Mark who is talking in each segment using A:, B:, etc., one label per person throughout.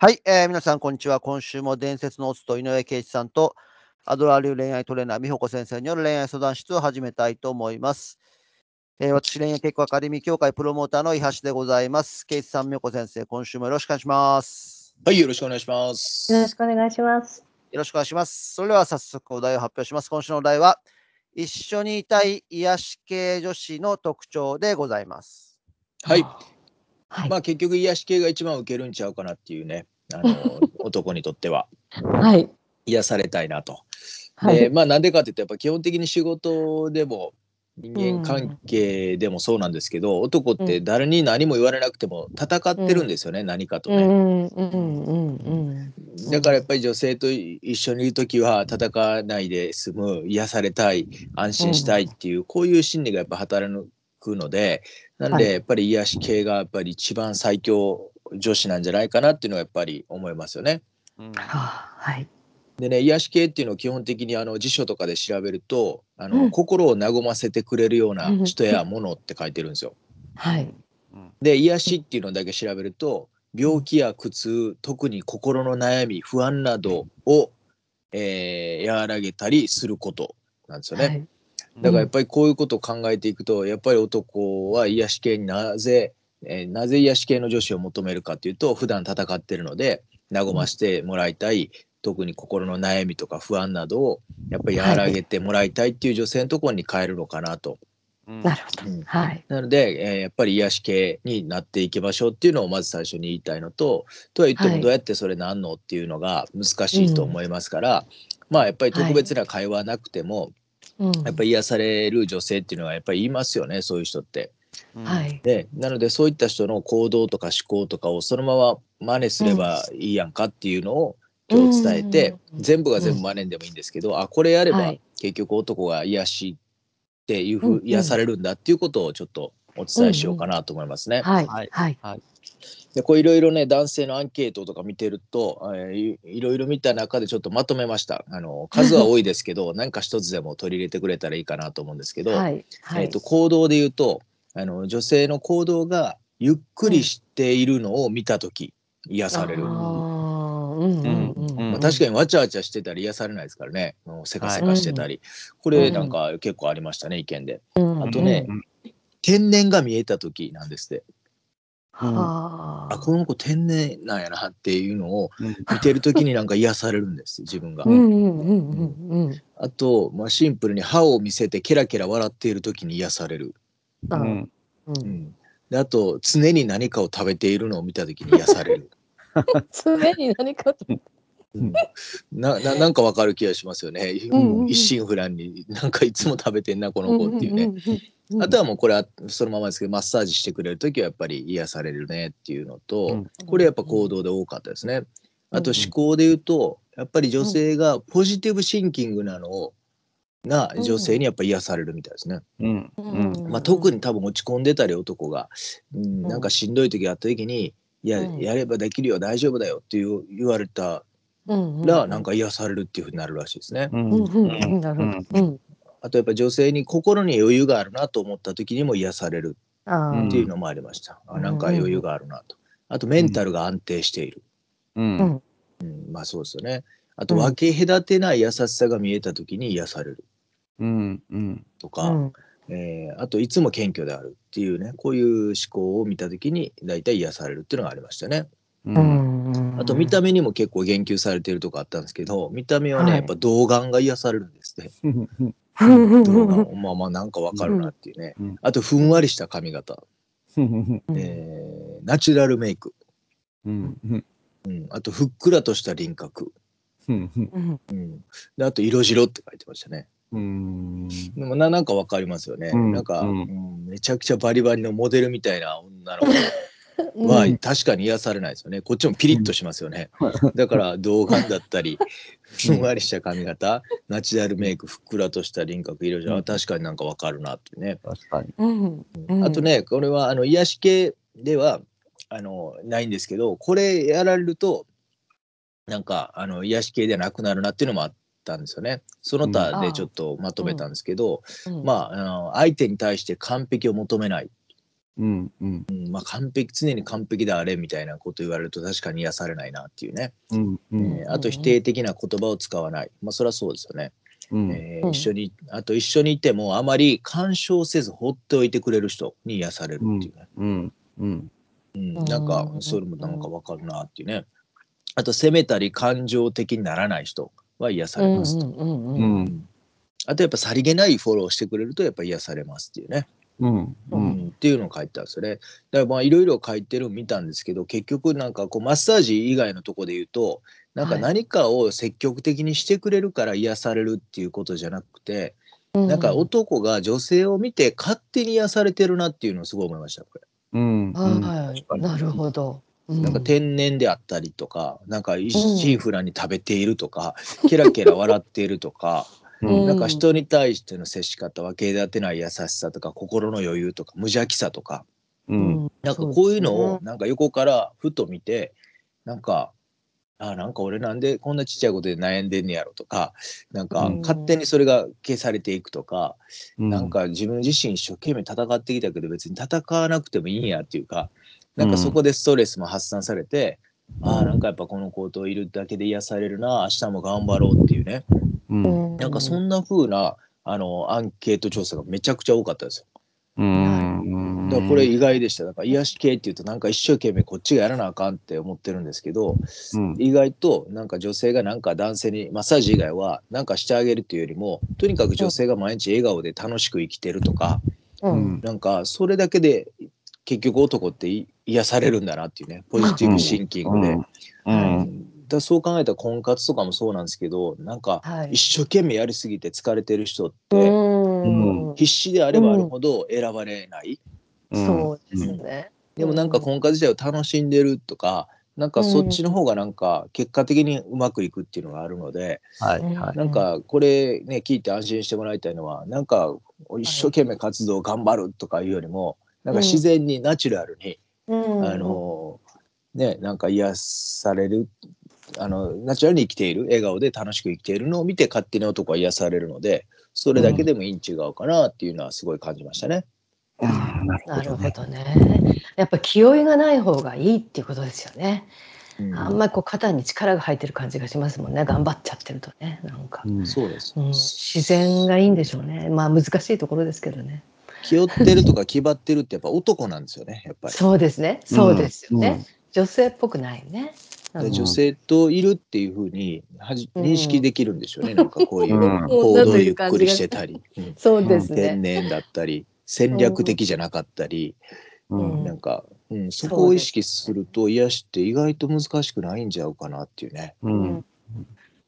A: はい、えー、皆さん、こんにちは。今週も伝説のオスと井上圭一さんと、アドラー流恋愛トレーナー、美穂子先生による恋愛相談室を始めたいと思います。えー、私、恋愛結構アカデミー協会プロモーターの伊橋でございます。圭一さん、美穂子先生、今週もよろしくお願いします。
B: はい、よろしくお願いします。
C: よろしくお願いします。
A: よろしくお願いします。それでは早速お題を発表します。今週のお題は、一緒にいたい癒し系女子の特徴でございます。
B: はい。はい、まあ結局癒し系が一番受けるんちゃうかなっていうねあ の男にとっては、
C: はい、
B: 癒されたいなと。はい、でまあなんでかっていうとやっぱ基本的に仕事でも人間関係でもそうなんですけど、うん、男って誰に何も言われなくても戦ってるんですよね、うん、何かとね。だからやっぱり女性と一緒にいる時は戦わないで済む癒されたい安心したいっていう、うん、こういう心理がやっぱ働くのでなんでやっぱり癒し系がやっぱり一番最強女子なんじゃないかなっていうのはやっぱり思いますよね。
C: うん、はい、
B: でね癒し系っていうのを基本的にあの辞書とかで調べるとあの、うん、心を和ませてくれるような人やものって書いてるんですよ。
C: はい、
B: で癒しっていうのだけ調べると病気や苦痛特に心の悩み不安などを、えー、和らげたりすることなんですよね。はいだからやっぱりこういうことを考えていくとやっぱり男は癒し系になぜ、えー、なぜ癒し系の女子を求めるかっていうと普段戦ってるので和ましてもらいたい特に心の悩みとか不安などをやっぱり和らげてもらいたいっていう女性のところに変えるのかなと。
C: なるほど、はい、
B: なので、えー、やっぱり癒し系になっていきましょうっていうのをまず最初に言いたいのととは言ってもどうやってそれなんのっていうのが難しいと思いますから、はいうん、まあやっぱり特別な会話なくても、はいうん、やっぱ癒される女性っていうのはやっぱりいますよねそういう人って。
C: はい、
B: でなのでそういった人の行動とか思考とかをそのまま真似すればいいやんかっていうのを今日伝えて、うん、全部が全部真似でもいいんですけど、うん、あこれやれば結局男が癒しっていうふう、癒されるんだっていうことをちょっとお伝えしようかなと思いますね。
C: はい、はい、はい、
B: でこういろいろね男性のアンケートとか見てると、えー、いろいろ見た中でちょっとまとめましたあの数は多いですけ ど何か一つでも取り入れてくれたらいいかなと思うんですけど、
C: はいはい、
B: えーと、と行動で言うとあの女性の行動がゆっくりしているのを見た時、うん、癒される。確かにわちゃわちゃしてたら癒されないですからねせかせかしてたり、はい、これなんか結構ありましたね意見で。うん、あとね、うん、天然が見えた時なんですって。
C: うん、あ
B: この子天然なんやなっていうのを見てる時になんか癒されるんです自分が。あと、まあ、シンプルに歯を見せてケラケラ笑っている時に癒される。、
C: うんうん
B: であと常に何かを食べているのを見た時に癒される。
C: 常に何かを食べて
B: うん、なななんかわかる気がしますよね、うんうん、一心不乱になんかいつも食べてんなこの子っていうね、あとはもうこれはそのままですけどマッサージしてくれる時はやっぱり癒されるねっていうのと、これやっぱ行動で多かったですねあと思考で言うとやっぱり女性がポジティブシンキングなのをな女性にやっぱ癒されるみたいですね。
A: うん
B: まあ、特に多分落ち込んでたり男が、うん、なんかしんどい時があった時に「いややればできるよ大丈夫だよ」っていう言われたらなんか癒されるっていうふうになるらしいですね。あとやっぱ女性に心に余裕があるなと思った時にも癒されるっていうのもありました。あなんか余裕があるなと。あとメンタルが安定している。
A: うん、
B: うん、まあそうですよね。あと分け隔てない優しさが見えた時に癒される。
A: うんうん、
B: とか、うんうん、えー、あといつも謙虚であるっていうねこういう思考を見た時に大体癒されるっていうのがありましたね。
C: うん、
B: あと見た目にも結構言及されてるとこあったんですけど見た目はね、やっぱ童顔が癒されるんですね。童顔まあまあなんかわかるなっていうね、あとふんわりした髪型、えー、ナチュラルメイク、
A: うん
B: うん、あとふっくらとした輪郭、うんであと色白って書いてましたね。
A: うん
B: でもななんかわかりますよね、なんか、うんめちゃくちゃバリバリのモデルみたいな女の子。は確かに癒されないですよね。こっちもピリッとしますよね。だから動画だったり、ふんわりした髪型、ナチュラルメイク、ふっくらとした輪郭、色じゃ確かになんかわかるなってね。
A: 確かに。
B: あとね、これはあの癒し系ではあのないんですけど、これやられるとなんかあの癒し系ではなくなるなっていうのもあって。たんですよね。その他でちょっとまとめたんですけど、まああの相手に対して完璧を求めない、
A: うんうん
B: うんまあ、完璧常に完璧であれみたいなこと言われると確かに癒されないなっていうね、
A: うんう
C: うん
A: ん
B: えーあと否定的な言葉を使わない、まあ、それはそうですよね、
A: うん
B: え
C: う
B: ー
C: ん
B: 一緒にあと一緒にいてもあまり干渉せず放っておいてくれる人に癒されるっていうね、
A: うんうん
B: うん
C: うん
B: なんかそれもなんかわかるなっていうねあと責めたり感情的にならない人は癒さ
C: う
B: れ
C: ん
B: ますと、
C: うん
A: う
C: うん
A: ん
B: あとやっぱさりげないフォローしてくれるとやっぱ癒されますっていうね、
A: うんう
B: うんん、っていうのを書いてあるんですよねだからまあいろいろ書いてるの見たんですけど結局なんかこうマッサージ以外のとこで言うとなんか
C: はい
B: 何かを積極的にしてくれるから癒されるっていうことじゃなくて、
C: うん。
B: なんか男が女性を見て勝手に癒されてるなっていうのをすごい思いましたこれ。
A: うん
C: はい
B: 確か、に
C: なるほど。な
B: なんか天然であったりとか、なんかシーフラに食べているとか、ケラケラ笑っているとか、
A: うん
B: なんか人に対しての接し方、分け隔てない優しさとか、心の余裕とか、無邪気さとか、
A: うん
B: なんかこういうのを
C: そ
B: なんか横からふと見て、なんか、あーなんか俺なんでこんなちっちゃいことで悩んでんねやろとか、なんか
A: うん
B: 勝手にそれが消されていくとか、
A: うん
B: なんか自分自身一生懸命戦ってきたけど別に戦わなくてもいいんやっていうかなんかそこでストレスも発散されて、ああなんかやっぱこの子といるだけで癒されるな明日も頑張ろうっていうね
A: うん
C: う
A: うん
C: ん、
B: なんかそ
C: な。
B: んな風なあのアンケート調査がめちゃくちゃ多かったですよ。
A: うん
B: だからこれ意外でした。だから癒し系っていうとなんか一生懸命こっちがやらなあかんって思ってるんですけど、
A: うん
B: 意外となんか女性がなんか男性にマッサージ以外はなんかしてあげるっていうよりもとにかく女性が毎日笑顔で楽しく生きてるとか、
C: う。
A: うんん
B: なんかそれだけで結局男ってい癒されるんだなっていうねポジティブシンキングで、
A: う
B: うんんだからそう考えたら婚活とかもそうなんですけどなんか
C: はい。
B: 一生懸命やりすぎて疲れてる人っ
C: う
B: て
C: ん。
B: 必死であればあるほど選ばれない、
A: うん
C: そうですね。
B: でもなんか婚活自体を楽しんでるとかなんかそっちの方がなんか結果的にうまくいくっていうのがあるので、
A: はいはい
B: なんかこれね聞いて安心してもらいたいのはなんか一生懸命活動頑張るとかいうよりもなんか自然にナチュラルに、
C: うん、
B: あのねなんか癒されるあのナチュラルに生きている笑顔で楽しく生きているのを見て勝手に男は癒されるのでそれだけでもいいん違うかなっていうのはすごい感じましたね。
A: うん
C: なる
A: ど
C: ほ
A: ね
C: どね。やっぱ気負いがない方がいいっていうことですよね。
B: うん
C: あんまりこう肩に力が入ってる感じがしますもんね。頑張っちゃってるとね。なんか、
A: うん
B: そうです、
C: うん、自然がいいんでしょうね。まあ難しいところですけどね。
B: 気負ってるとか気張ってるってやっぱ男なんですよねやっぱり。
C: そうですね。そうですよね。
A: うん
C: 女性っぽくないね。う
B: で
C: ん
B: 女性といるっていうふうにはじ
C: うん
B: 認識できるんでしょうね、なんかこういう
A: うん
B: 行動をゆっくりしてたり、うん
C: そうです
B: 天
C: ね。
B: 然だったり戦略的じゃなかったり、
A: うん
B: なんか、うん、
C: そ
B: そうこを意識すると癒しって意外と難しくないんちゃうかなっていうね。
A: うん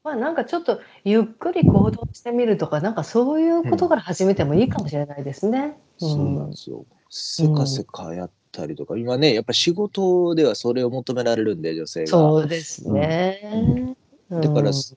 C: まあなんかちょっとゆっくり行動してみるとか、なんかそういうことから始めてもいいかもしれないですね。
B: そうなんですよせかせかやったりとか今ねやっぱ仕事ではそれを求められるんで女性が。
C: そうですね。
B: だ から
C: う
B: し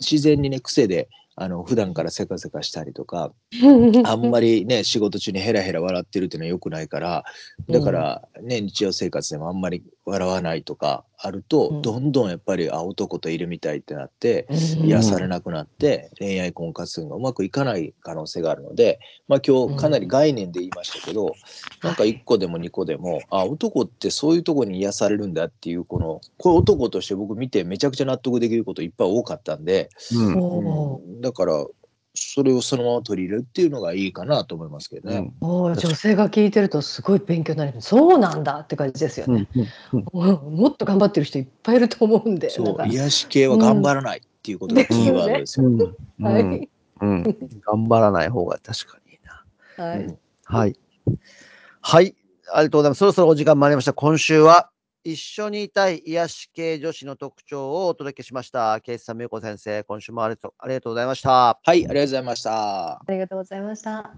B: 自然にね癖であの普段からせかせかしたりとか、
C: ん、
B: あんまりね仕事中にヘラヘラ笑ってるっていうのは良くないからだから、ね日常生活でもあんまり笑わないとかあると、
C: うん
B: どんどんやっぱりあ男といるみたいってなって
C: うん
B: 癒されなくなって、恋愛婚活がうまくいかない可能性があるので、まあ、今日かなり概念で言いましたけど、なんか1個でも2個でもあ男ってそういうとこに癒されるんだっていうこのこれ男として僕見てめちゃくちゃ納得できることいっぱい多かったんで。
A: うん
C: おー
B: うんだからそれをそのまま取り入れるっていうのがいいかなと思いますけど
A: う
B: ね。
A: ん
C: おー女性が聞いてるとすごい勉強になります。そうなんだって感じですよね。うんもっと頑張ってる人いっぱいいると思うんで。
B: そ
C: なんか
B: う癒し系は頑張らないっていうことがキーワードですよ。
A: うん
C: は
A: う
C: い、
A: んうん頑張らない方が確かにいいな
C: は
B: うん
C: い、
A: はい。はい。ありがとうございます。そろそろお時間もありました。今週は、一緒にいたい癒し系女子の特徴をお届けしました。ケイスさん、美子先生、今週もありがとうありがとうございました。
B: はいありがとうございました。
C: ありがとうございました。